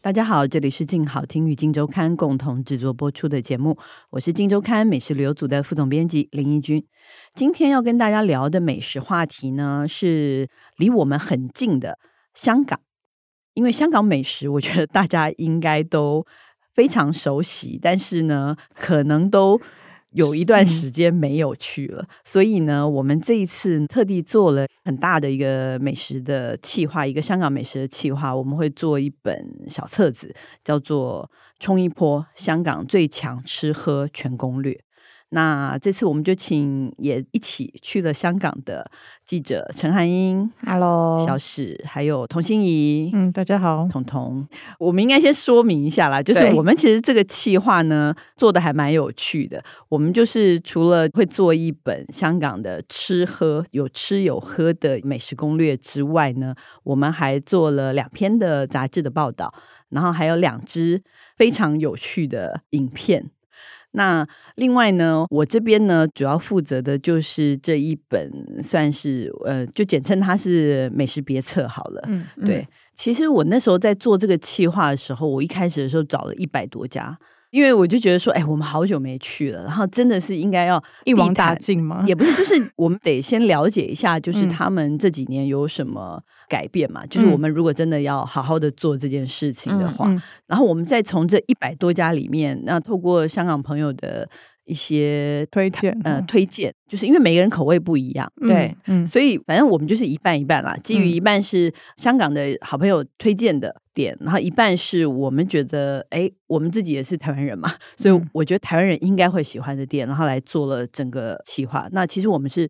大家好，这里是静好听与静周刊共同制作播出的节目，我是静周刊美食旅游组的副总编辑林怡君。今天要跟大家聊的美食话题呢，是离我们很近的香港，因为香港美食，我觉得大家应该都非常熟悉，但是呢，可能都。有一段时间没有去了，所以呢，我们这一次特地做了很大的一个美食的企划，一个香港美食的企划，我们会做一本小册子，叫做《冲一波香港最强吃喝全攻略》。那这次我们就请也一起去了香港的记者陈汉英、 Hello，小史，还有童心怡，嗯，大家好。彤彤，我们应该先说明一下啦，就是对我们其实这个企划呢做的还蛮有趣的。我们就是除了会做一本香港的吃喝有吃有喝的美食攻略之外呢，我们还做了两篇的杂志的报道，然后还有两支非常有趣的影片。那另外呢，我这边呢主要负责的就是这一本，算是呃，就简称它是美食别册好了。嗯，对，其实我那时候在做这个企划的时候，我一开始的时候找了一百多家，因为我就觉得说，哎，我们好久没去了，然后真的是应该要一网地打毯尽吗？也不是，就是我们得先了解一 下，就是嗯他们这几年有什么改变嘛？就是我们如果真的要好好的做这件事情的话，嗯嗯然后我们再从这一百多家里面，那透过香港朋友的一些推荐呃推荐，就是因为每个人口味不一样，对，嗯，所以反正我们就是一半一半啦，基于嗯一半是香港的好朋友推荐的点，然后一半是我们觉得，哎，我们自己也是台湾人嘛，所以嗯我觉得台湾人应该会喜欢的店，然后来做了整个企划。那其实我们是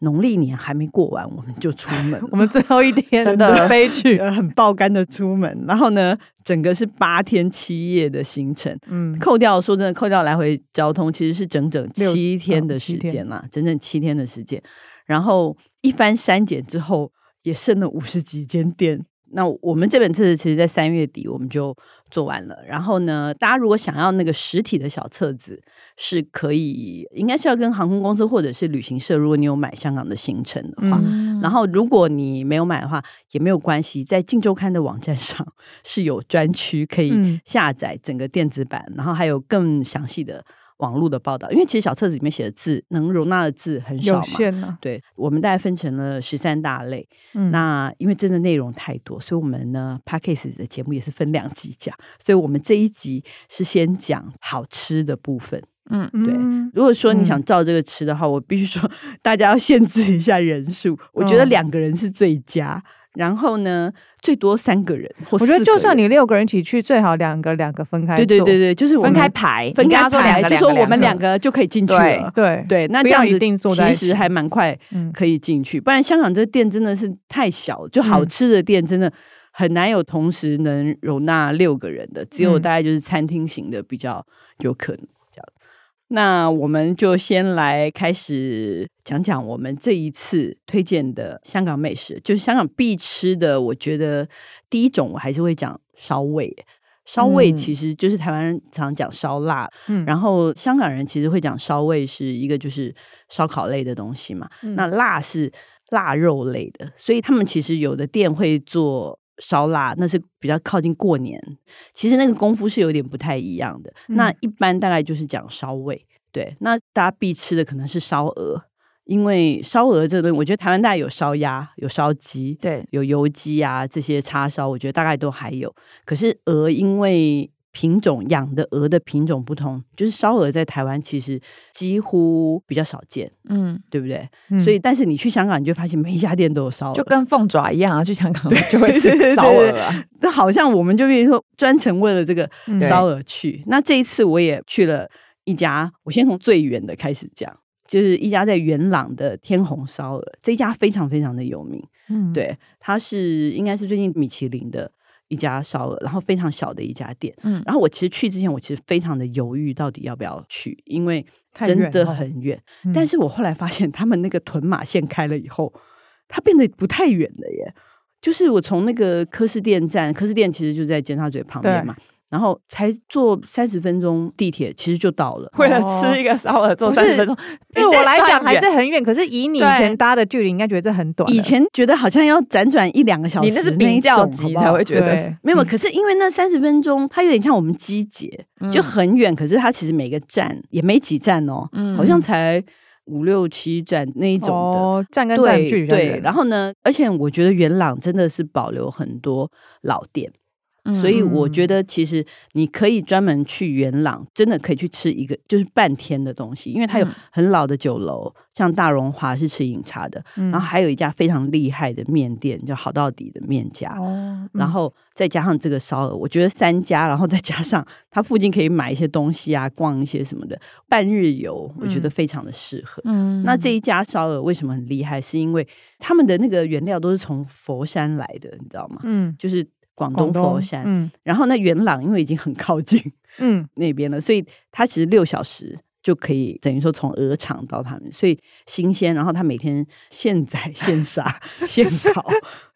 农历年还没过完，我们就出门了我们最后一天真 的飞去，呃很爆肝的出门，然后呢，整个是八天七夜的行程，嗯，扣掉说真的，扣掉来回交通，其实是整整六七天哦的七时天间啦，整整七天的时间。然后一番删减之后，也剩了五十几间店。那我们这本册子其实，在三月底我们就做完了。然后呢，大家如果想要那个实体的小册子，是可以，应该是要跟航空公司或者是旅行社，如果你有买香港的行程的话，嗯然后，如果你没有买的话，也没有关系，在《镜周刊》的网站上是有专区可以嗯下载整个电子版，然后还有更详细的网络的报道。因为其实小册子里面写的字能容纳的字很少有嘛。限了。对，我们大概分成了十三大类。嗯那因为真的内容太多，所以我们呢 p a c k a s e 的节目也是分两集讲，所以我们这一集是先讲好吃的部分。嗯，对嗯如果说你嗯想照这个吃的话，我必须说大家要限制一下人数，我觉得嗯两个人是最佳。然后呢，最多三个人或我觉得四个就算人你六个人一起去，最好两个两个分开对对坐对对，就是我分们开排，分你跟开他说两排个，就两说个我们两两个，个就可以进去对了。对，对，那不这要样一子定坐在其一实起还蛮快嗯可以进去，不然香港这店真的是太小，就好嗯吃的店真的很难有同时能容纳六个人的，只有嗯大概就是餐厅型的比较有可能这样。那我们就先来开始讲讲我们这一次推荐的香港美食，就是香港必吃的。我觉得第一种我还是会讲烧味，烧味嗯其实就是台湾人常讲烧腊，嗯然后香港人其实会讲烧味是一个就是烧烤类的东西嘛，嗯那腊是腊肉类的，所以他们其实有的店会做烧腊，那是比较靠近过年，其实那个功夫是有点不太一样的。那嗯一般大概就是讲烧味，对，那大家必吃的可能是烧鹅，因为烧鹅这个东西，我觉得台湾大概有烧鸭、有烧鸡，对，有油鸡啊这些叉烧，我觉得大概都还有。可是鹅因为品种养的鹅的品种不同，就是烧鹅在台湾其实几乎比较少见，嗯，对不对？嗯所以，但是你去香港，你就发现每一家店都有烧鹅，就跟凤爪一样啊，去香港就会对对吃烧对鹅对啊，这好像我们就比如说专程为了这个嗯烧鹅去。那这一次我也去了一家，我先从最远的开始讲，就是一家在元朗的天虹烧鹅，这一家非常非常的有名。嗯，对，它是应该是最近米其林的一家烧鹅，然后非常小的一家店。嗯然后我其实去之前，我其实非常的犹豫，到底要不要去，因为太真远的了很远。嗯但是我后来发现，他们那个屯马线开了以后，它变得不太远了耶。就是我从那个科士店站，科士店其实就在尖沙咀旁边对嘛，然后才坐三十分钟地铁，其实就到了。哦会为了吃一个烧鹅做三十分钟， 对我来讲还是算很远，可是以你以对前搭的距离，应该觉得这很短了。以前觉得好像要辗转一两个小远时，你那是一比较种级才。好不好会觉得。嗯对没有，可是因为那三十分钟，它有点像我们机捷，嗯嗯就很远。可是它其实每个站也没几站哦，嗯好像才五六七站那一种的。哦，站跟站对的距离对，然后后呢？而且我觉得元朗真的是保留很多老店，嗯所以我嗯觉得其实你可以专门去元朗，真的可以去吃一个就是半天的东西，因为它有嗯很老的酒楼，像大荣华是吃饮茶嗯的，然后还有一家非常厉害的面店，叫好到底的面家。哦，然后再加上这个烧鹅，我觉得三家，然后再加上它附近可以买一些东西啊，逛一些什么的，半日游，我觉得非常的适合。嗯那这一家烧鹅为什么很厉害？是因为他们的那个原料都是从佛山来的，你知道吗？嗯，就是广广东东佛山。嗯然后那元朗因为已经很靠近嗯，那边了，所以它其实六小时。就可以等于说从鹅场到他们，所以新鲜。然后他每天现宰、现杀、 现烤，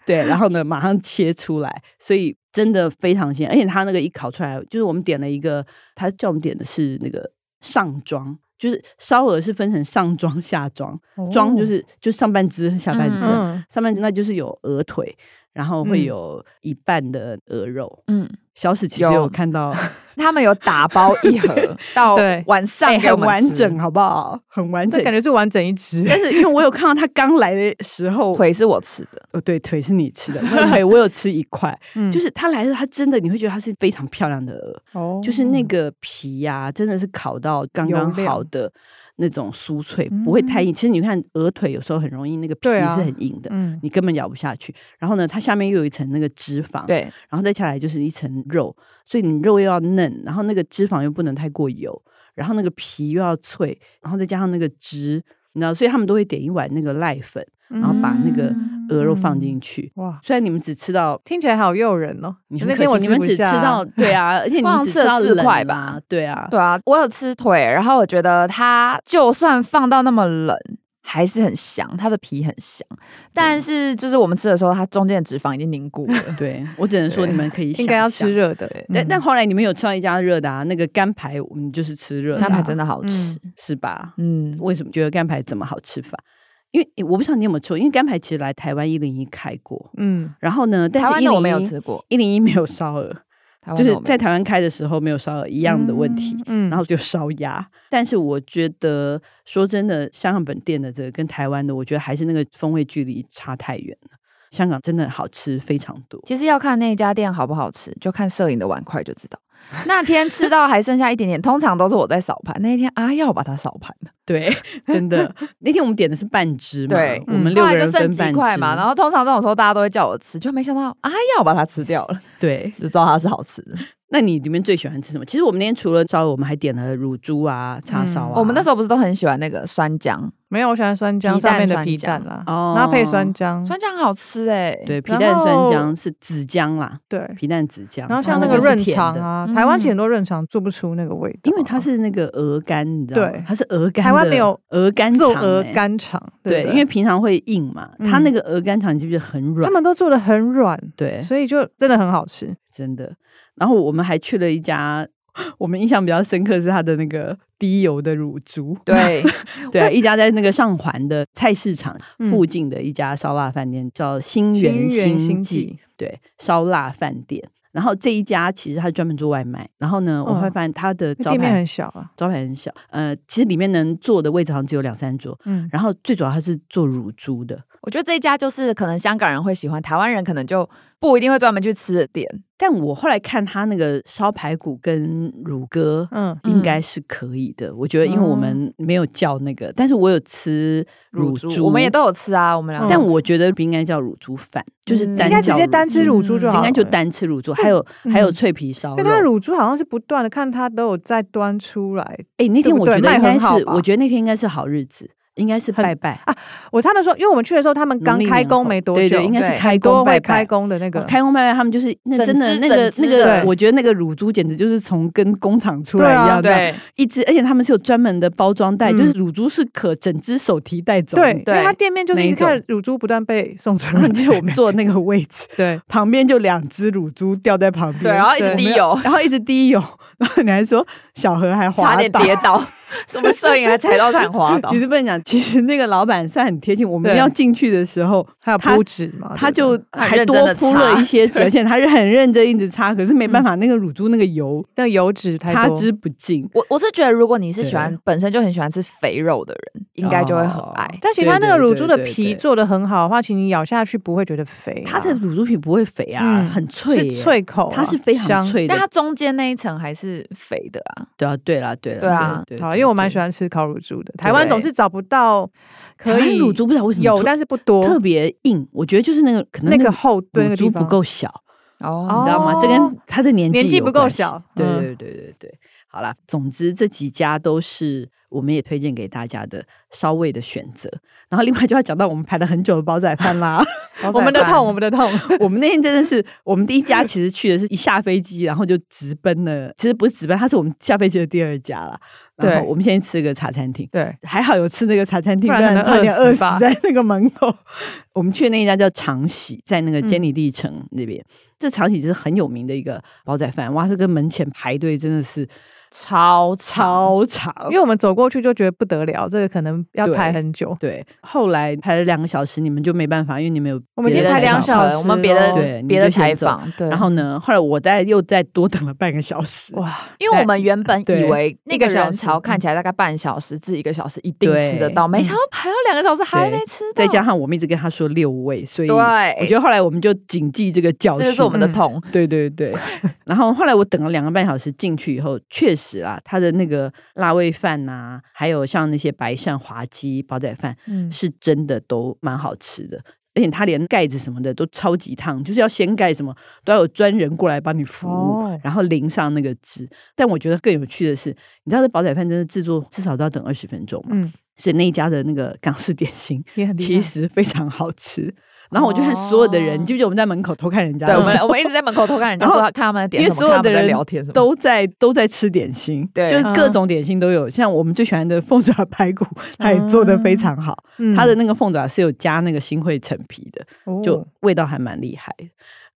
对，然后呢马上切出来，所以真的非常鲜。而且它那个一烤出来，就是我们点了一个，他叫我们点的是那个上装，就是烧鹅是分成上装、下装，装就哦是就上半只下半只，嗯上半只那就是有鹅腿，然后会嗯有一半的鹅肉。嗯，小史其实有有看到，他们有打包一盒到对晚哎、上给我很们完吃整，，好不好？很完整这。感觉是完整一只。但是因为我有看到他刚来的时候，腿是我吃的，哦对腿是你吃的，那腿我有吃一 块。嗯就是他来的时候，他真的你会觉得它是非常漂亮的鹅，哦就是那个皮呀、真的是烤到刚刚油好亮的那种酥脆，不会太硬。其实你看鹅腿有时候很容易那个皮对是啊很硬的，嗯你根本咬不下去。然后呢，它下面又有一层那个脂肪，，对，然后再下来就是一层肉，所以你肉又要嫩，然后那个脂肪又不能太过油，然后那个皮又要脆，然后再加上那个汁，你知道，所以他们都会点一碗那个濑粉，然后把那个嗯鹅肉放嗯进去。哇，虽然你们只吃到听起来好诱人哦。你很那可天惜我你们不只吃下 到对啊，而且你我好们像只吃了吃到四冷块啦吧，对啊，对啊，我有吃腿，然后我觉得它就算放到那么冷。还是很香，它的皮很香，但是就是我们吃的时候，它中间的脂肪已经凝固了。对我只能说你们可以应该要想象吃。热的，但嗯但后来你们有吃到一家热的啊，那个干排我们就是吃热的啊，干排真的好吃，是吧？嗯，为什么觉得干排怎么好吃法？因为诶我不知道你有没有吃过，因为干排其实来台湾一零一开过，嗯，然后呢，但台是湾一的我零没有一吃过，一零一没有烧鹅，台湾就的是我没有在吃台湾开的时候没有烧鹅一样的问题，嗯，然后就烧鸭。但是我觉得说真的，香港本店的这个跟台湾的，我觉得还是那个风味距离差太远了。香港真的好吃非常 多，其实要看那家店好不好吃，就看摄影的碗筷就知 道。那天吃到还剩下一点点，通常都是我在扫盘。那一天阿耀把它扫盘了，对，真的。那天我们点的是半只嘛，对我们嗯六后个来就人剩分几半块只嘛。然后通常这种时候大家都会叫我吃，就没想到阿耀把它吃掉 了，对。就知道它是好吃的。那你里面最喜欢吃什么？其实我们那天除了烧鹅，我们还点了乳猪啊、叉烧啊。嗯我们那时候不是都很喜欢那个酸姜，没有，我喜欢酸姜皮上蛋面的酸皮姜蛋啦，哦然后配酸姜，酸姜很好吃哎、对皮然蛋酸后姜是紫姜啦，对，皮蛋紫姜。然后像哦那那个个是润甜肠的啊，嗯台湾其实很多润肠做不出那个味道啊，因为它是那个鹅肝，你知道吗对它是鹅肝的。台湾没有鹅肝做肠鹅欸肝肠，对，不因为平常会硬嘛，嗯它那个鹅肝肠你记不记得很他软？们都做的很软，对，所以就真的很好吃。真的。然后我们还去了一家，我们印象比较深刻是它的那个低油的乳猪， 对，对，一家在那个上环的菜市场嗯附近的一家烧腊饭店，叫新源新源新新记，记，对，烧腊饭店。然后这一家其实它专门做外卖，然后呢，我哦会发现它的那招店面牌很小啊，招牌很小，呃，其实里面能坐的位置好像只有两三桌，嗯，然后最主要它是做乳猪的，我觉得这一家就是可能香港人会喜欢，台湾人可能就不一定会专门去吃的店。但我后来看他那个烧排骨跟乳鸽，嗯应该是可以的。我觉得，因为我们没有叫那嗯个，但是我有吃乳猪，我们也。都有吃啊，我们俩都有但吃。我觉得不应该叫乳猪饭，就是嗯单嗯应该直叫接乳单吃乳猪就嗯好应了，该就单吃乳猪，还有嗯还有脆皮烧因为它肉。乳猪好像是不断的，看它都有在端出来，哎，那天对不我对觉得应该卖很好是，吧我觉得那天应该是好日子，应该是很拜拜，我他们说，因为我们去的时候，他们刚农历年开工后没多对久，对应该是对开很工多拜拜会开工的那个哦，开工拜拜，他们就是那整真的只那个整那只个，的我觉得那个乳猪简直就是从跟工厂出来对一啊样，的，对一只，而且他们是有专门的包装袋，嗯就是乳猪是可整只手提带走的。对，因为他对店面就是一直哪一看乳猪不断被送出然后 来你，记得我们坐的那个位置， 对，旁边就两只乳猪吊在旁边，对，然后一对直滴我油们，然后一直滴油，然后你还说小何还滑差点倒。跌倒，什么摄影还踩到他滑倒其。实不能讲，其实那个老板算很贴心。我们对要进去的时候，还有他铺纸哦嘛，他对不就对很还认多真地铺擦了一些纸，对嗯而且他是很认真一直擦，可是没办法，那个乳猪那个油那个油脂太擦多之不尽。我我是觉得，如果你是喜欢对哦本身就很喜欢吃肥肉的人，应该就会很爱。但其实它对那个对乳对猪的对对皮做的很好的话，其实你咬下去不会觉得肥啊、它的乳猪皮不会肥啊，嗯很脆耶，是脆口啊、它是非常香。脆的但它。中间那一层还是肥的啊，对啊，对啦，对啦，对啊对好，因为我蛮喜。对欢吃烤乳猪的，台湾总是找不到对可台湾以乳猪不知道为什么有，特但是不多，特别硬，我觉得就是那个可能那个厚度那乳个猪地不方，够小，哦你知道吗？哦这跟他的年纪年纪有不够关系小对对嗯对对对，好啦，总之这几家都是我们也推荐给大家的烧味的选择。然后另外就要讲到我们排了很久的煲仔饭啦。我们的痛，我们们的痛， 我们那天真的是，我们第一家其实去的是一下飞机，然后就直奔了，其实不是直奔，它是我们下飞机的第二家啦。然后对我们先去吃个茶餐厅。对，还好有吃那个茶餐厅，不不然然可能差点饿饿死死吧在 那个门口。我们去的那一家叫长喜，在那个坚尼地城那边。嗯这长喜就是很有名的一个煲仔饭，哇，这个门前排队真的是超超超长。因为我们走过去就觉得不得了，这个可能要对排很久。对，后来排了两个小时，你们就没办法，因为你们有我们已别经的排采访两小时我们别的咯对别的你就采先走访，对，然后呢，后来我再又再多等了半个小时。哇，因为我们原本以对为那个一个小人时潮看起来大概半小时至一个小时一定吃得到，对没想到排了两个小时还没吃到，再加上我们一直跟他说六位，所以哦对我觉得后来我们就谨记这个教训。这就是我们的痛，对对 对，然后后来我等了两个半小时进去以后，确实啊，他的那个辣味饭呐、还有像那些白鳝滑鸡、煲仔饭，嗯，是真的都蛮好吃的。而且它连盖子什么的都超级烫，就是要掀盖什么都要有专人过来帮你服务，哦然后淋上那个汁。但我觉得更有趣的是，你知道这煲仔饭真的制作至少都要等二十分钟嘛，嗯，所以那一家的那个港式点心也很厉其害实非常好吃。然后我就看所有的人，哦你记不记得我们在门口偷看人家对，的我时候？们哎我们一直在门口偷看人 家然后说看他们在点因为什么，所有看他的们在人聊天什么，都在都在吃点心，对就是嗯各种点心都有。像我们最喜欢的凤爪排骨，它也做的非常好。嗯它的那个凤爪是有加那个新会陈皮的，就哦味道还蛮厉害的。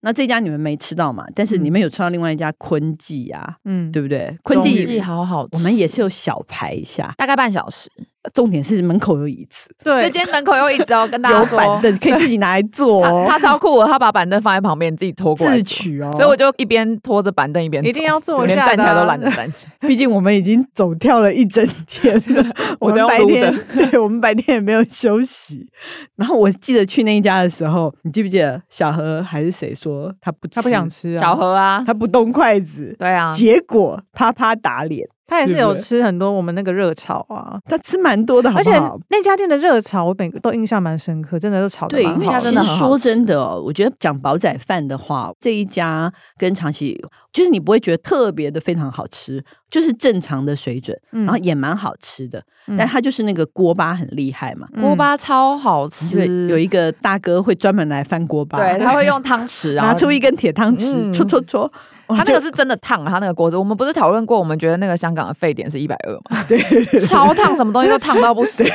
那这家你们没吃到嘛？但嗯是你们有吃到另外一家坤记啊，嗯对不对？坤中记记好好吃，我们也是有小排一下，大概半小时，重点是门口有椅子，对这，间门口又一直要跟大家有说，板凳可以自己拿来坐他哦，他超酷的，他把板凳放在旁边自己拖过来自坐，取哦。所以我就一边拖着板凳一边走一定要坐连下的啊站起来都懒得站起 来，毕竟我们已经走跳了一整天了，我们都要白撸天对我们白天也没有休息。然后我记得去那一家的时候，你记不记得小何还是谁说他不吃 他不想，吃啊，小何啊，他不动筷子，对啊，结果啪啪打脸。他也是对不有对吃很多我们那个热炒啊，他吃蛮多的，好而不且好？那家店的热炒，我每个都印象蛮深刻，真的都炒的对，蛮因为好家吃真其的实很 好说吃真的哦，我觉得讲煲仔饭的话，这一家跟长崎，就是你不会觉得特别的非常好吃，就是正常的水准，嗯然后也蛮好吃的。嗯但它就是那个锅巴很厉害嘛，锅巴超好吃，是有一个大哥会专门来翻锅巴，对，他会用汤匙，然 后拿出一根铁汤匙嗯戳戳戳。哇他那这个是真的烫，啊他那个锅子，我们不是讨论过，我们觉得那个香港的沸点是一百二嘛，对对对超烫，什么东西都烫到 不行，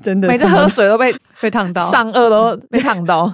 真的每次什么喝水 都被被烫到，上颚都被烫到，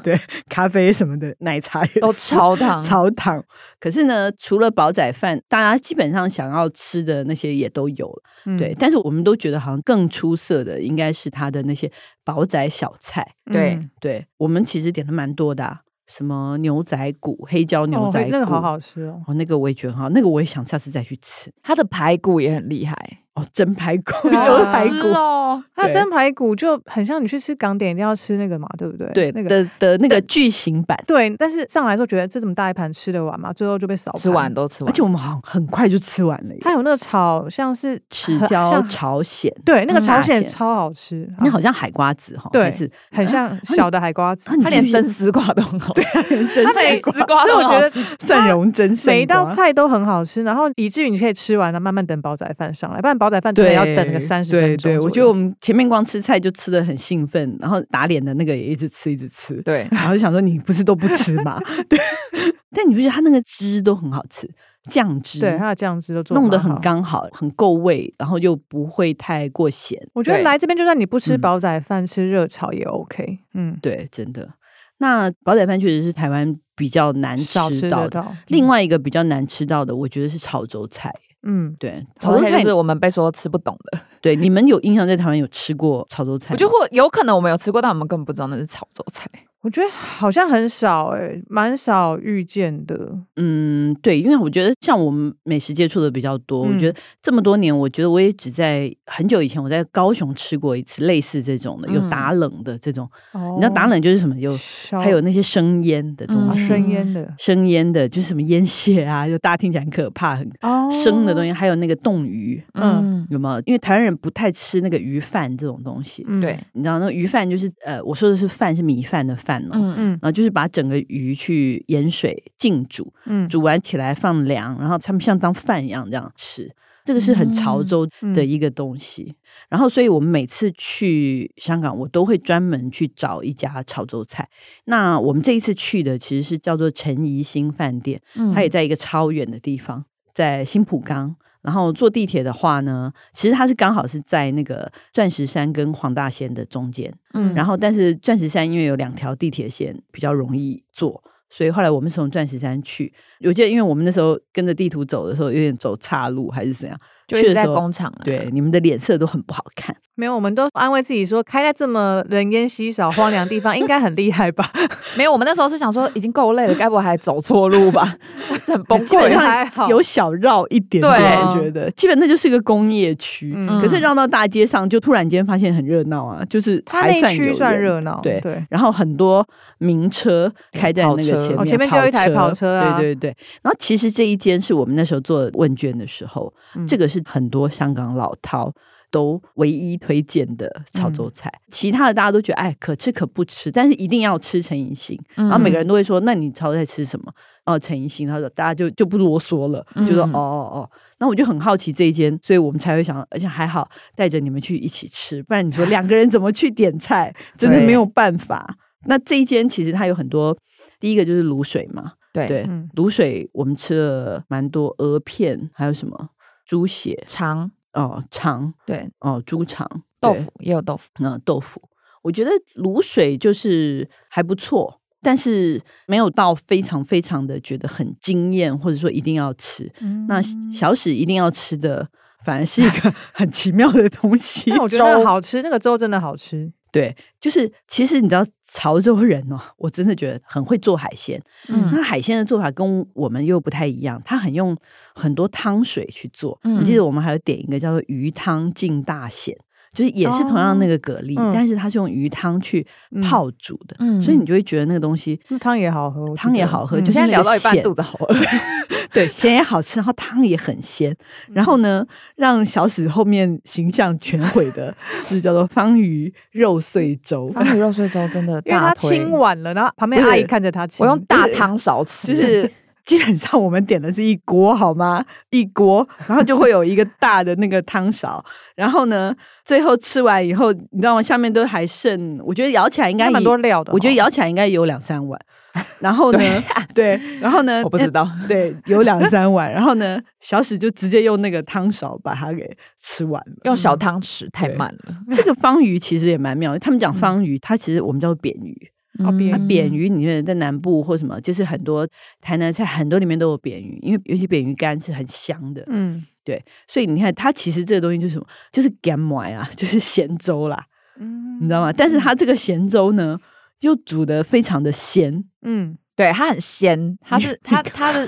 咖啡什么的奶茶也都是 超烫。超糖。可是呢，除了煲仔饭，大家基本上想要吃的那些也都有了，嗯对。，但是我们都觉得好像更出色的应该是它的那些煲仔小菜，对嗯对我们其实点的蛮多的、啊，什么牛仔骨、黑椒牛哦仔嘿骨，那个好好吃哦，哦，那个我也觉得很好，那个我也想下次再去吃。他的排骨也很厉 害，哦，蒸排骨、对 啊牛排吃骨，哦，它的对蒸排骨就很像你去吃港点一定要吃那个嘛，对不对？对那个的的那个巨型版，对，但是上来之后觉得这这么大一盘吃得完吗？最后就被扫吃完的。都吃而完且。我们好像很快就吃完了耶。它有那个炒，像是赤很椒像朝鲜，对，那个朝嗯鲜大鲜超好吃， 那好像海瓜子哈，对还是 很像小的海瓜子啊。你他连蒸丝瓜都很好吃，真他每丝瓜所都以我很好觉吃，得蒜蓉蒸每一到啊道菜都很好吃，然后以至于你可以吃完了，慢慢等煲仔饭上来，不然煲煲仔饭真的要等个三十分对钟左对，右。我觉得我们前面光吃菜就吃的很兴奋，然后打脸的那个也一直吃一直吃， 对，然后就想说你不是都不吃吗？ 对，但你不觉得它那个汁都很好吃，酱汁对它的酱汁都做得弄得蛮很好。刚好，很够味，然后又不会太过咸。我觉得对来这边就算你不吃嗯煲仔饭，吃热炒也 OK。嗯，对，真的。那煲仔饭确实是台湾比较难少吃吃到得的。到。另外一个比较难吃到的，我觉得是潮州菜。嗯，对，炒菜就是我们被说吃不懂的，对，你们有印象在台湾有吃过潮州菜吗？我觉得或有可能我们有吃过，但我们根本不知道那是潮州菜。我觉得好像很少哎、蛮少遇见的。嗯，对，因为我觉得像我们美食接触的比较多，我觉嗯得这么多年，我觉得我也只在很久以前我在高雄吃过一次类似这种的，有打冷的这种。嗯哦你知道打冷就是什么？有烧还有那些生腌的东哦嗯西，生腌的生腌的就是什么腌蟹啊，就大家听起来很可怕，很哦生的东西，还有那个冻鱼。嗯嗯，有没有？因为台湾人不太吃那个鱼饭这种东西，嗯对，你知道那个鱼饭就是呃，我说的是饭是米饭的饭哦，嗯嗯嗯然后就是把整个鱼去盐水浸煮，嗯，煮完起来放凉，然后他们像当饭一样这样吃，这个是很嗯潮州的一个东西。然后，所以我们每次去香港，我都会专门去找一家潮州菜。那我们这一次去的其实是叫做陈怡兴饭店，嗯它也在一个超远的地方，在新浦港。然后坐地铁的话呢，其实它是刚好是在那个钻石山跟黄大仙的中间。嗯然后，但是钻石山因为有两条地铁线，比较容易坐，所以后来我们是从钻石山去。我记得，因为我们那时候跟着地图走的时候，有点走岔路还是怎样，就去是的在时候工厂、啊，对，你们的脸色都很不好看。没有，我们都安慰自己说，开在这么人烟稀少、荒凉地方，应该很厉 害吧？没有，我们那时候是想说已经够累了，该不会还走错路吧？ 我是很崩基本溃。还好上有小绕一点对点，我觉得基本那就是个工业区。嗯可是绕到大街上，就突然间发现很热闹啊，就是它还那算区有算人热闹，对对，然后很多名车开在那个跑前车面，哦前面就有一台跑车啊对对对。然后其实这一间是我们那时候做问卷的时候，嗯这个是很多香港老饕都唯一推荐的潮嗯州菜，其他的大家都觉得哎可吃可不吃，但是一定要吃陈怡兴。然后嗯每个人都会说，那你潮州菜吃什么？哦，陈怡兴，他说大家就就不啰嗦了，就说哦嗯哦哦。那我就很好奇这一间，所以我们才会想，而且还好带着你们去一起吃，不然你说两个人怎么去点菜，真的没有办法。那这一间其实它有很多，第一个就是卤水嘛，对对嗯，卤水我们吃了蛮多鹅片，还有什么猪血肠哦肠对哦猪肠豆腐也有豆腐，那、呃豆腐，我觉得卤水就是还不错，但是没有到非常非常的觉得很惊艳，或者说一定要吃。嗯那小史一定要吃的，反而是一个 很奇妙的东西。 但我觉得那粥个好吃，那个粥真的好吃。对，就是其实你知道潮州人哦，我真的觉得很会做海鲜。嗯那海鲜的做法跟我们又不太一样，他很用很多汤水去做。嗯你记得我们还有点一个叫做鱼汤浸大蚬，就是也是同样那个蛤蜊，哦嗯但是它是用鱼汤去泡煮的，嗯所以你就会觉得那个东西那汤也好喝，我记汤也得好喝嗯就是现在那个聊到一半咸肚子好饿。 对咸也好吃，然后汤也很鲜。嗯然后呢，让小史后面形象全毁 的是叫做方鱼肉碎粥。番茄肉碎粥真的因为大他推，清碗了，然后旁边不是阿姨看着他清，我用大汤勺吃， 就是基本上我们点的是一锅，好吗？一锅，然后就会有一个大的那个汤勺， 然后呢，最后吃完以后，你知道吗？下面都还剩，我觉得舀起来应该应该蛮也多料的哦，啊我觉得舀起来应该有两三碗。 然后呢，对然后呢，呃我不 知道。对，有两三碗。然后呢，小史就直接用那个汤勺把它给吃完 了。用小汤匙太慢了，这个方鱼其实也蛮妙的，他们讲方鱼，它其实我们叫做扁鱼。哦扁啊，嗯扁鱼你觉得在南部或什么，就是很多台南菜很多里面都有扁鱼，因为尤其扁鱼干是很香的，嗯，所以你看它其实这个东西就是什么，就是干麦啊， 就是咸粥啦，嗯你知道吗？但是它这个咸粥呢，又煮的非常的咸，嗯，对它很鲜，它是它它的，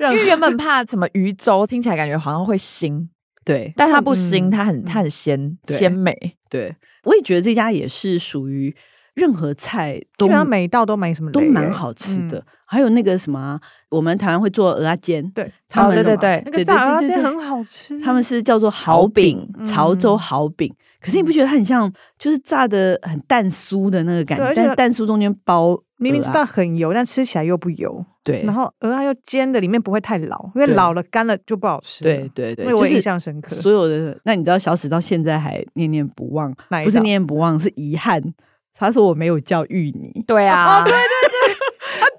因为原本怕什么鱼粥，听起来感觉好像会腥，对但它不腥，嗯它很它很鲜对鲜美，对，我也觉得这家也是属于任何菜基都本上每一道都没什么，都蛮，好吃的，还有那个什么啊、我们台湾会做鹅啊煎，对，他们哦对对对那对个炸鹅啊对对煎对很好吃，他们是叫做蚝饼蚝，饼潮州嗯蚝饼。可是你不觉得它很像，就是炸的很蛋酥的那个感对觉，而但且蛋酥中间包啊明明知道很油，但吃起来又不油，对然后鹅啊又煎的，里面不会太老，因为对老了干了就不好吃了。对对对，因为我就是印象深刻。所有的。那你知道小史到现在还念念不忘，哪一不是道念念不忘，是遗憾。他说我没有叫芋泥，对啊，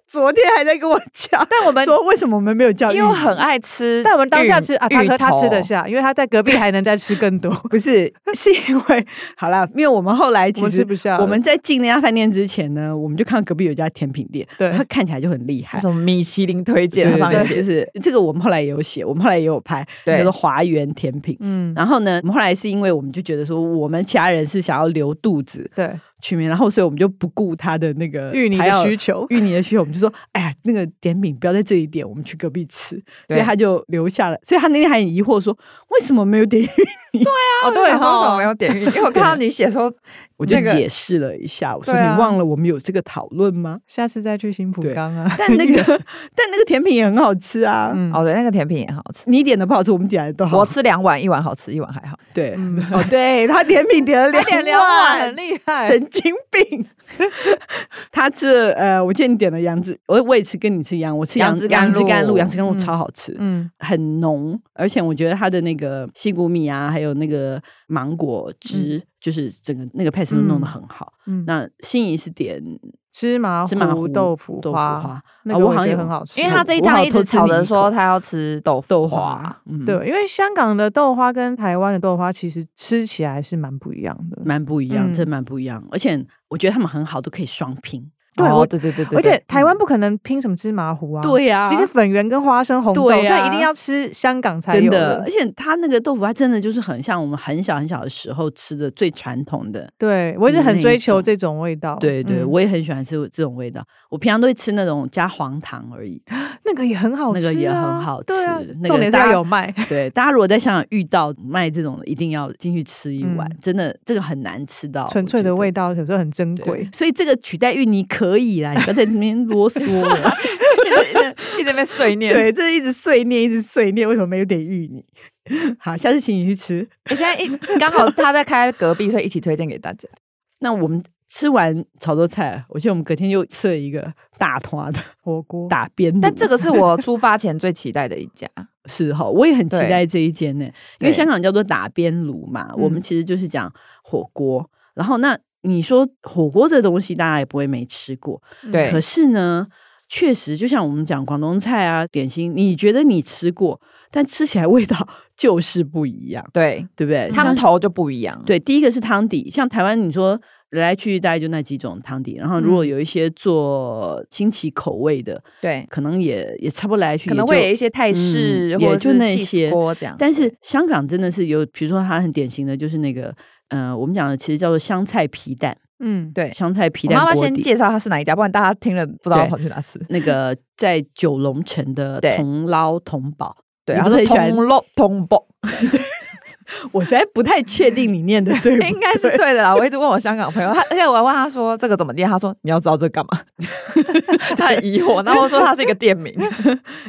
昨天还在跟我 讲，但我们说为什么我们没有叫芋泥？因为我很爱 吃芋，但我们当下吃啊，他芋和他头吃得下，因为他在隔壁还能再吃更多。不是，是因为好啦，因为我们后来其我们实吃不下了我们在进那家饭店之前呢，我们就看到隔壁有一家甜品店，对它看起来就很厉害那。种米其林推荐，对它上面对，就写，是这个，我们后来也有写，我们后来也有拍，对叫做华园甜品。嗯，然后呢，我们后来是因为我们就觉得说，我们其他人是想要留肚子啊对，取名，然后所以我们就不顾他的那个 芋泥还的要需求。芋泥的需求，我们就说，哎呀，那个点饼不要在这里点，我们去隔壁 吃。所以对他就留下了，所以他那天还很疑惑说，为什么没有点芋哦，对，想说说什怎么没么没有点芋？因为我看到你写说， 我就那个解释了一下，我说对你啊忘了我们有这个讨论吗？下次再去新浦对冈啊，但那 个但那个甜品也很好吃啊，嗯，哦，对，那个甜品也很好吃，你点的不好吃，我们点的都好我。吃两碗，一碗好吃，一碗还好。对， 嗯哦，对 他甜品点了两点两碗很厉害，神经病！ 他吃了呃，我见你点了杨枝，我我也吃跟你吃一样，我吃杨杨枝甘杨枝甘露，露杨枝甘露嗯超好吃，嗯，很浓，而且我觉得它的那个西谷米啊，还有那个芒果汁，就是整个那个配色都弄得嗯很好。嗯那心仪是点芝麻芝麻糊糊豆腐豆腐花，花，那啊个我我好像觉得有很好吃因为。他这一我好趟一偷直吃吵你一着口说他要吃豆豆腐花， 嗯，对，因为香港的豆花跟台湾的豆花其实吃起来是蛮不一样的。蛮不一样，嗯真蛮不一样。而且我觉得他们很好，都可以双拼。对哦我对对对对，而嗯且对台湾不可能拼什么芝麻糊啊，呀其实粉圆跟花生红豆，对啊所以一定要吃香港才真有的，的而。且他那个豆腐，它真的就是很像我们很小很小的时候吃的最传统的。对我一直很追求那一种这种味道，对对，嗯我也很喜欢吃这种味道。我平常都会吃那种加黄糖而已。那个也很好吃那啊，个也很好吃对啊那个重点是大要家有卖，对，大家如果在香港遇到卖这种的，一定要进去吃一碗，嗯真的这个很难吃到纯粹的味道。道有时候很珍对贵。所以这个取代芋泥可以啦，你不要在那边啰嗦了。一直被碎 念。对，这一直碎念，一直碎念，为什么没有点芋泥？ 好，下次请你去吃。我现在一刚好他在开隔壁，所以一起推荐给大家。那我们吃完炒作菜，我记得我们隔天又吃了一个大团的火锅打边炉，但这个是我出发前最期待的一家，是哈，我也很期对待这一间呢，因对为香港叫做打边炉嘛，我们其实就是讲火锅。然后那你说火锅这东西，大家也不会没吃过，嗯对可是呢，确实就像我们讲广东菜啊、点心，你觉得你吃过，但吃起来味道就是不一样，对，对不对？汤像头就不一样。，对，第一个是汤底，像台湾你说来来去去大概就那几种汤底，然后如果嗯有一些做新奇口味的，对可能也也差不多来来去去，可能也会就有一些泰式、嗯或也者就是那 cheese 些锅这样，但是香港真的是有，比如说它很典型的就是那个，呃，我们讲的其实叫做香菜皮蛋，嗯，对。香菜皮我蛋妈妈锅先底。介绍它是哪一家，不然大家听了不知道对跑去哪吃。那个在九龙城的对同捞同宝，对，你它不是很是喜欢通肉通煲，我才不太确定你念的 对不对应该是对的啦。我一直问我香港朋友，他而且我还问他说这个怎么念，他说你要知道这干嘛， 他很疑惑。然后我说它是一个店名，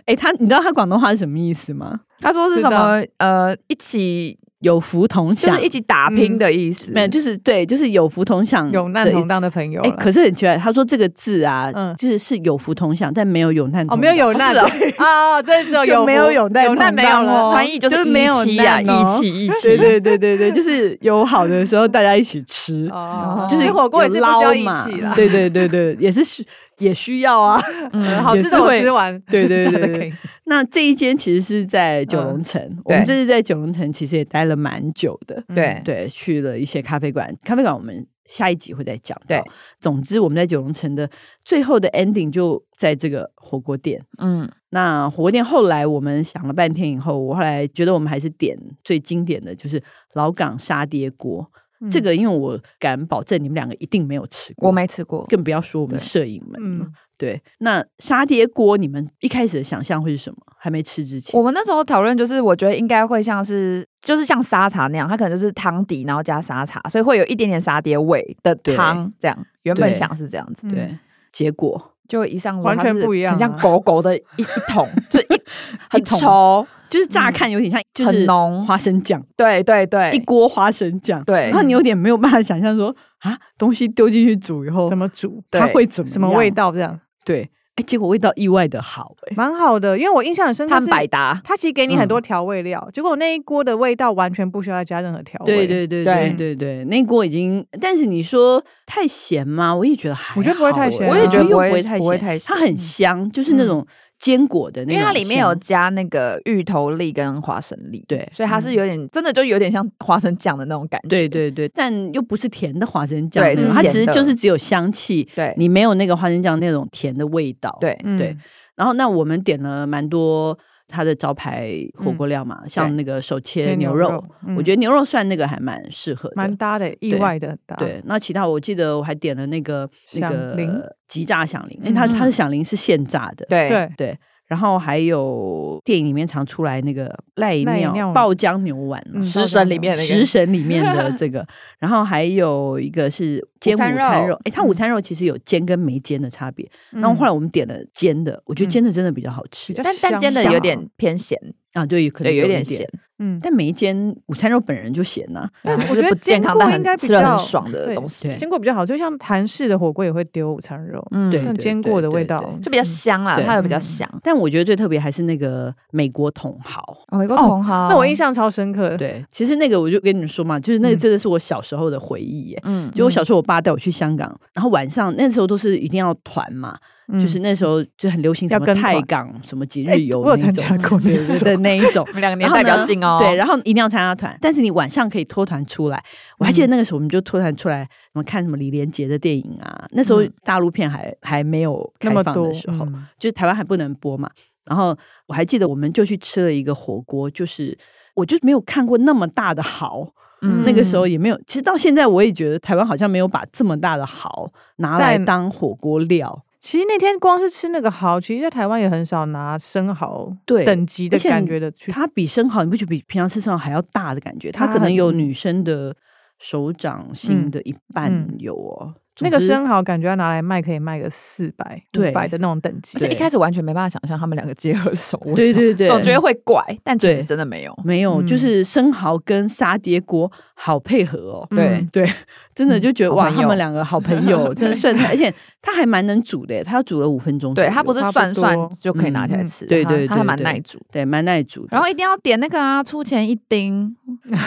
哎，他你知道他广东话是什么意思吗？他说是知什道么呃一起有福同就享，是一起打拼的意思，没有，嗯就是对，就是有福同享，有难对同当的朋友哎、啦可是很奇怪，他说这个字啊，嗯就是是有福同享，但没有有难同哦，当没有有难的哦，这只有就有没有福有难有难同没当有了，哦翻译就就是是没有一起呀，难哦一起一对起。对对对对，就是有好的时候大家一起 吃， 哦，就是吃火锅也是不需要有义捞嘛气啦，对对对对，也是需也需要 啊。嗯，好也吃是的我会吃完，对对剩下对的对可以那这一间其实是嗯在九龙城，我们对这次在九龙城其实也待了蛮久的，对对，去了一些咖啡馆，咖啡馆我们下一集会再讲到。对，总之我们在九龙城的最后的 ending 就在这个火锅店。嗯，那火锅店后来我们想了半天以后，我后来觉得我们还是点最经典的就是老港沙爹锅。嗯这个因为我敢保证你们两个一定没有吃过，我没吃过，更不要说我们对摄影们了。嗯，对，那沙爹锅你们一开始的想象会是什么？还没吃之前，我们那时候讨论就是，我觉得应该会像是就是像沙茶那样，它可能就是汤底，然后加沙茶，所以会有一点点沙爹味的对汤这样。原本对想是这样子，嗯对，结果就一上桌完全它是不一样很啊像狗狗的一一 桶，就一很桶稠，就是乍看有点像，就嗯很是浓花生酱，对对对，一锅花生酱。对然后你有点没有办法想象说啊，东西丢进去煮以后，怎么煮，对它会怎么什么嗯样味？道这样，对，哎，结果味道意外的好，哎，蛮好的。因为我印象很深刻他是，们百搭，它其实给你很多调味料，结果那一锅的味道完全不需要再加任何调味。对对对对欸对对对，那锅已经，但是你说太咸吗？我也觉得还好欸，我觉得不会太咸啊我也觉得我也觉得不会太不会太咸嗯它很香，就是那种坚果的那因种香，为它里面有加那个芋头粒跟花生粒，嗯对所以它是有点、真的就有点像花生酱的那种感觉，对对对，但又不是甜的花生酱那对种，是它咸只是的就是只有香气，对你没有那个花生酱那种甜的味道。，对嗯对然后那我们点了蛮多它的招牌火锅料嘛，像对那个手切煎牛牛肉，，我觉得得牛肉算那个还蛮适合的，蛮搭的，意外的搭。对，那其他我记得我还点了那个那响铃个吉炸响铃，因为它它的响铃是现炸的，对对，对。然后还有电影里面常出来那个赖赖尿尿爆浆牛丸嘛，嗯食神里面那个食神里面的这个，然后还有一个是煎午餐餐肉肉，哎，它午餐肉其实有煎跟没煎的差别。嗯然后后来我们点了煎的，我觉得嗯煎的真的比较好吃比较但但煎的香有啊点偏咸，啊，对，可能对，有一点点咸，，嗯，但没煎午餐肉本人就咸呐，但然后我就是觉得不健煎康过但应很该比吃了较很爽的对东西，对煎过比较好，就像韩式的火锅也会丢午餐肉，嗯，对那煎过的味道对对就比较香啦，对它有比较嗯香。但我觉得最特别还是那个美国桶蚝，哦，美国哦同好，那我印，象超深刻。对，其实那个我就跟你们说嘛，就是那个呃嗯真的是我小时候的回忆耶。嗯，就我小时候，我爸带我去香港，然后晚上那时候都是一定要团嘛，嗯，就是那时候就很流行什要么跟团哎泰港什么几日游我有那参种加过那对对 对种，那 一种我。们两然个年后代比较呢近哦，对，然后一定要参加团，但是你晚上可以脱团出来。我还记得嗯那个时候，我们就脱团出来，我们看什么李连杰的电影啊。那时候嗯大陆片还还没有开那么放多的时候，嗯就是台湾还不能播嘛。然后我还记得，我们就去吃了一个火锅，就是我就没有看过那么大的蚝，嗯那个时候也没有。其实到现在，我也觉得台湾好像没有把这么大的蚝拿来在当火锅料。其实那天光是吃那个蚝，其实在台湾也很少拿生蚝对等级的而且感觉的去，它比生蚝，你不觉得比平常吃生蚝还要大的感觉？它它可能很有嗯女生的手掌心嗯的一半嗯有哦。总那个之生蚝感觉要拿来卖可以卖个四百、对五百的那种等级而。且一对开始完全没办法想象他们两个结合是什么味道，对对对，总觉得会怪，但其对实真的没有。没有，就嗯是生蚝跟沙爹锅好配合哦。对对，真的就觉得、好哇，朋他友们两个好朋友，真的算菜，而且他还蛮能煮的耶，他要煮了五分钟左右，对，它不是差不涮多涮就可以拿起来嗯吃的，对它对它还对蛮对耐煮。对蛮耐煮的。然后一定要点那个啊，出钱一丁，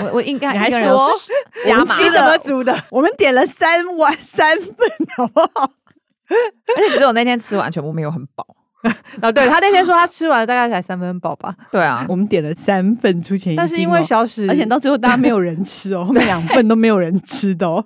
我我应该你还一个人说加我们码吃的，的煮的？ 我们点了三碗三份，好不好？而且只有那天吃完全部没有很饱。 啊，对他那天说他吃完大概才三分饱吧，对啊， 我们点了三份出前一丁哦，但是因为小史，而且到最后大家没有人吃 哦，后面两份都没有人吃的 哦，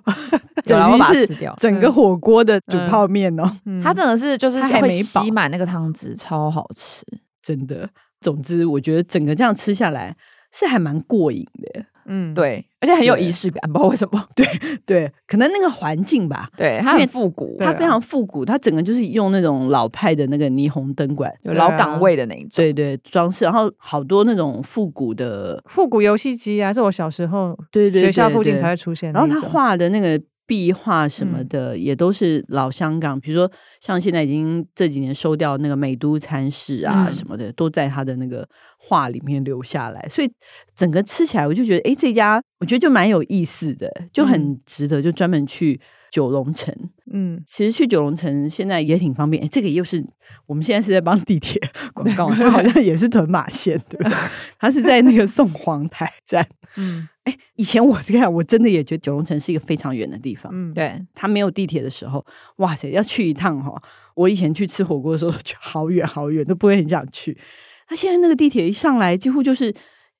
有啦等我于把它吃是掉。整个火锅的煮嗯泡面哦，嗯它真的是就是它还会没饱吸满那个汤汁，超好吃。真的。总之，我觉得整个这样吃下来是还蛮过瘾的。嗯，对，而且很有对仪式感，不知道为什么。对对，可能那个环境吧，对，它因为很复古，它非常复古，它啊整个就是用那种老派的那个霓虹灯管，有对老啊港味的那一种。对对，装饰，然后好多那种复古的，复古游戏机啊，是我小时候对对学校对附近对才会出现的然一后种。他画的那个壁画什么嗯的，也都是老香港，比如说像现在已经这几年收掉那个美都餐室啊嗯什么的，都在他的那个画里面留下来。所以整个吃起来，我就觉得，诶，这家我觉得就蛮有意思的，就很值得，就专门去九龙城。嗯，其实去九龙城现在也挺方便，诶这个又是我们现在是在帮地 铁广告，它好像也是屯马线，对不对？它是在那个宋皇台站。嗯以前我这啊样，我真的也觉得九龙城是一个非常远的地方。嗯，对，它没有地铁的时候，哇塞，要去一趟哈、我以前去吃火锅的时候，觉得好远好远，都不会很想去。那现在那个地铁一上来，几乎就是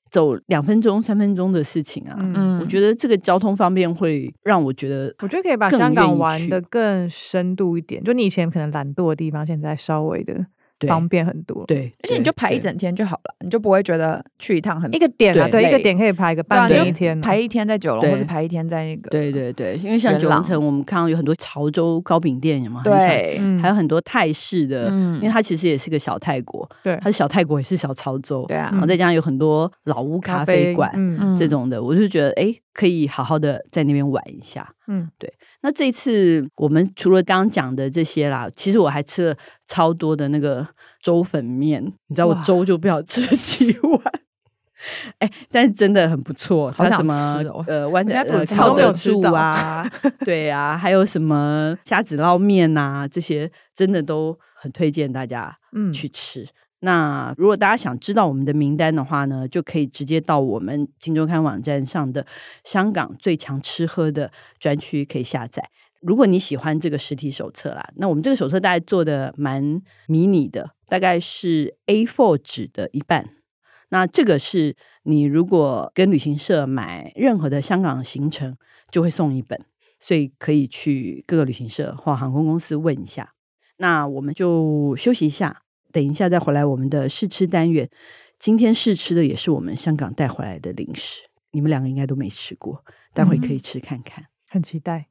走两分钟、三分钟的事情啊。嗯嗯，我觉得这个交通方便会让我觉得，我觉得可以把更香愿港意玩去的更深度一点，就你以前可能懒惰的地方，现在稍微的对方便很多。，对，而且你就排一对整天就好了，你就不会觉得去一趟很一个点啊，对对，一个累点可以排个对啊半你天就一天啊，排一天在九龙，对或者排一天在那个对对对，因为像元九龙朗城，我们看到有很多潮州糕饼店，有吗？很小对，嗯，还有很多泰式的，嗯因为它其实也是个小泰国，对它是小泰国也是小潮州，对啊然后再加上有很多老屋咖啡馆，嗯嗯这种的，我就觉得哎，诶可以好好的在那边玩一下。嗯，那这一次我们除了刚刚讲的这些啦，其实我还吃了超多的那个粥粉面，你知道我哇粥就不要吃 几碗。哎、但是真的很不错，好它想什么吃哦呃，湾我仔现在肚呃子靠都没有得吃住到啊， 对啊，还有什么虾子捞面啊，这些真的都很推荐大家 嗯去吃。那如果大家想知道我们的名单的话呢，就可以直接到我们《金周刊》网站上的“香港最强吃喝”的专区可以下载。如果你喜欢这个实体手册啦，那我们这个手册大概做的蛮迷你的，大概是 A4 纸的一半。那这个是你如果跟旅行社买任何的香港行程，就会送一本，所以可以去各个旅行社或航空公司问一下。那我们就休息一下，等一下再回来我们的试吃单元。今天试吃的也是我们香港带回来的零食，你们两个应该都没吃过，待会可以吃看看。很期待。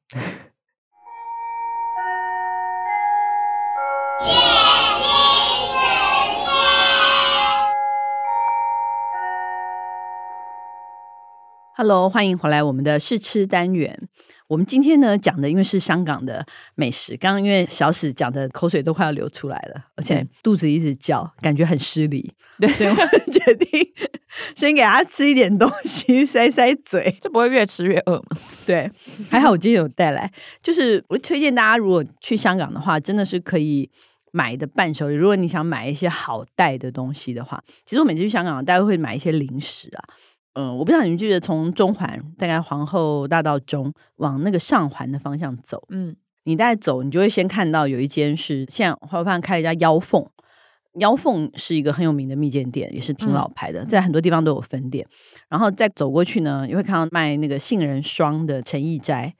Hello，欢迎回来我们的试吃单元。我们今天呢讲的因为是香港的美食，刚刚因为小史讲的口水都快要流出来了，而且肚子一直叫，感觉很失礼，对，所以我们 决定先给他吃一点东 西塞塞嘴。 就不会越吃越饿嘛。对，还好我今天有带来，就是我推荐大家，如果去香港的话，真的是可以买的伴手礼。如果你想买一些好带的东西的话，其实我每次去香港，大家会买一些零食啊。嗯，我不知道你们记不记得，从中环大概皇后大道中往那个上环的方向走，嗯，你大概走，你就会先看到有一间是现在花饭开了一家腰凤，腰凤是一个很有名的蜜饯店，也是挺老牌的，在很多地方都有分店。然后再走过去呢，你会看到卖那个杏仁霜的陈义斋，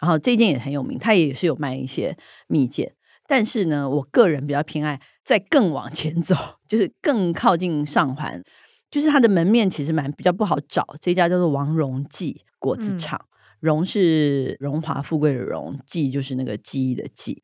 然后这间也很有名，它也是有卖一些蜜饯。但是呢，我个人比较偏爱再更往前走，就是更靠近上环，就是它的门面其实蛮比较不好找。这家叫做王荣记果子嗯厂，荣是荣华富贵的荣，记就是那个记忆的记。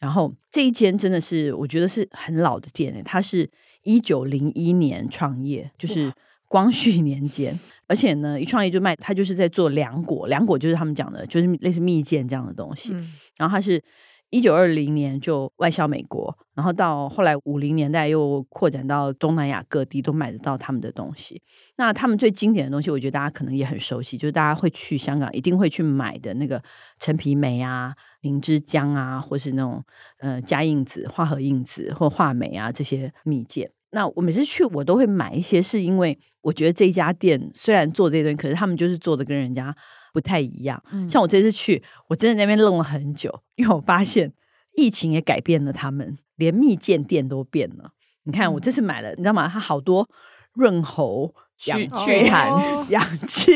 然后这一间真的是我觉得是很老的店、欸，它是一九零一年创业，就是光绪年间，而且呢一创业就卖，它就是在做凉果，凉果就是他们讲的，就是类似蜜饯这样的东西。嗯然后它是一九二零年就外销美国，然后到后来五零年代又扩展到东南亚各地都买得到他们的东西。那他们最经典的东西，我觉得大家可能也很熟悉，就是大家会去香港一定会去买的那个陈皮梅啊、灵芝浆啊，或是那种呃加印子、化合印子或话梅啊这些蜜饯。那我每次去，我都会买一些，是因为我觉得这家店虽然做这些东西，可是他们就是做的跟人家不太一样。嗯像我这次去，我真的在那边愣了很久，因为我发现疫情也改变了他们，连蜜饯店都变了。你看，我这次买了，你知道吗？它好多润喉、养嗯去哦去寒， 氧气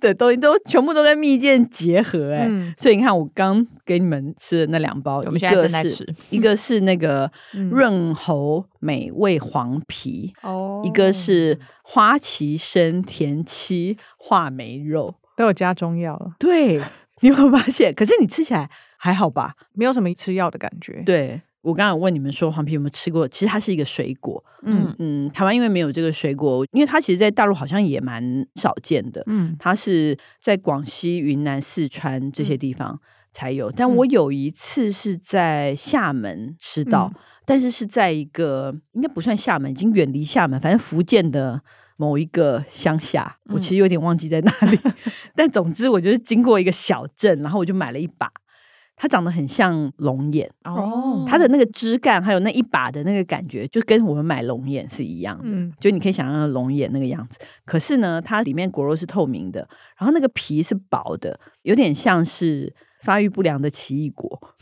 的东西都全部都跟蜜饯结合、哎、嗯所以你看我刚给你们吃的那两包，我一们现在个正在是吃 一个是那个嗯润喉美味黄皮，哦一个是花旗参甜七话梅肉，都有加中药了， 对，你有没有发现？可是你吃起来还好吧？没有什么吃药的感觉。，对我刚刚有问你们说黄皮有没有吃过，其实它是一个水果，嗯嗯，台湾因为没有这个水果，因为它其实，在大陆好像也蛮少见的，嗯它是在广西、云南、四川这些地方才有。但我有一次是在厦门吃到，但是是在一个应该不算厦门，已经远离厦门，反正福建的某一个乡下，我其实有点忘记在哪里。但总之，我就是经过一个小镇，然后我就买了一把。它长得很像龙眼，哦它的嗯那个枝干还有那一把的那个感觉，就跟我们买龙眼是一样的。嗯就你可以想象龙眼那个样子。可是呢，它里面果肉是透明的，然后那个皮是薄的，有点像是发育不良的奇异果，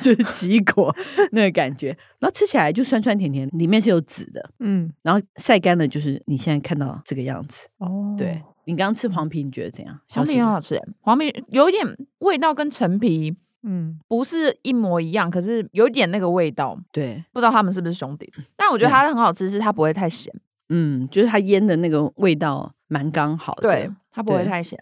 就是奇异 果那个感觉。然后吃起来就酸酸甜甜，里面是有籽的，嗯，然后晒干了就是你现在看到这个样子。哦，对、你刚刚吃黄皮，你觉得怎样？小黄史皮哦很好吃耶，黄皮有一点味道跟陈皮嗯，不是一模一样，可是有一点那个味道，对，不知道他们是不是兄弟。但我觉得它很好吃，是它不会太咸，嗯，就是它腌的那个味道蛮刚好的。对，它不会对太咸。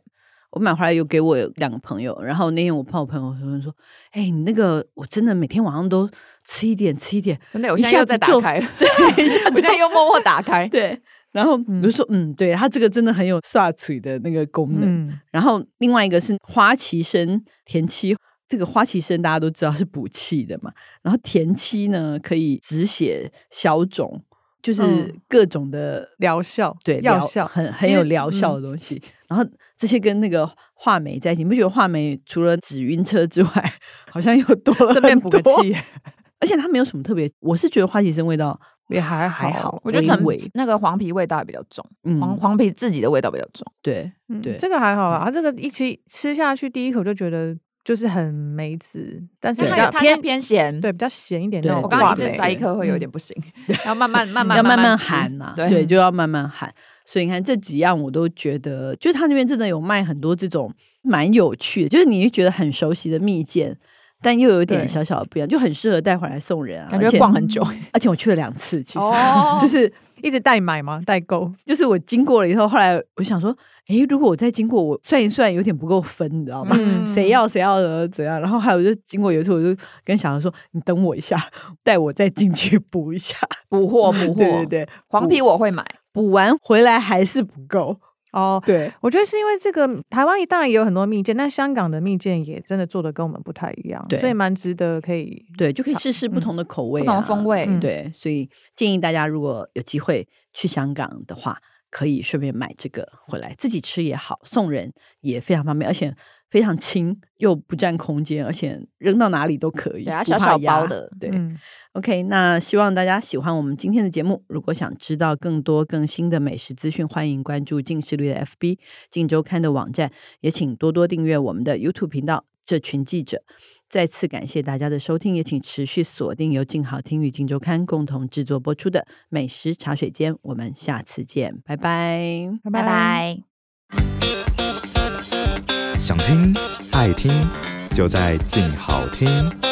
我买回来有给我两个朋友，然后那天我碰我朋友说说，哎、你那个我真的每天晚上都吃一点吃一点，真的，我一现在下又子在打就开了，对，我现在又默默打开。对，然后我就说，嗯，对，它这个真的很有刷嘴的那个功能。嗯，然后另外一个是花旗参田七，这个花旗参大家都知道是补气的嘛，然后田七呢可以止血消肿，就是嗯各种的疗效对药疗效很很其有实疗效的东西。然后这些跟那个话梅在一起，你不觉得话梅除了止晕车之外，好像又多了顺便很补个多，气 而且它没有什么特别，我是觉得花旗参味道也还好，还好我觉得陈微微那个黄皮味道也比较重，嗯黄黄皮自己的味道比较重。对嗯对这个还好啦。它这个一起吃下去，第一口就觉得就是很梅子，但是对它比较也它偏偏偏咸，对比较咸一点对那种嗯我我话梅。刚刚一直塞一对颗会有点不行，要慢 慢慢慢要慢慢慢吃喊呐、对 对，就要慢慢喊。所以你看这几样，我都觉得，就是他那边真的有卖很多这种蛮有趣的，就是你会觉得很熟悉的蜜饯，但又有点对小小的不一样，就很适合带回来送人啊。感觉而且逛很久，而且我去了两次，其实、哦就是 一直代买吗？代购？就是我经过了以后，后来我想说，诶，如果我再经过，我算一算有点不够分，你知道吗？ 嗯谁要谁要的怎样？然后还有就经过有一次，我就跟小杨说：“你等我一下， 带我再进去补一下。补货补”货，对对对，黄皮我会买，补完回来还是不够。哦，对，我觉得是因为这个台湾当然也有很多蜜饯，但香港的蜜饯也真的做的跟我们不太一样，对所以蛮值得可以。 对，就可以试嗯试不同的口味、啊不同的风。味。嗯对，所以建议大家如果有机会去香港的话，可以顺便买这个回来自己吃也好，送人也非常方便，而且非常轻又不占空间，而且扔到哪里都可以，对啊，不小怕小压包。的，对、嗯 o k 那希望大家喜欢我们今天的节目。如果想知道更多更新的美食资讯，欢迎关注近视率的 FB、近周刊的网站，也请多多订阅我们的 YouTube 频道。这群记者，再次感谢大家的收听，也请持续锁定由静好听与静周刊共同制作播出的《美食茶水间》，我们下次见，拜拜。拜拜。想听爱听，就在静好听。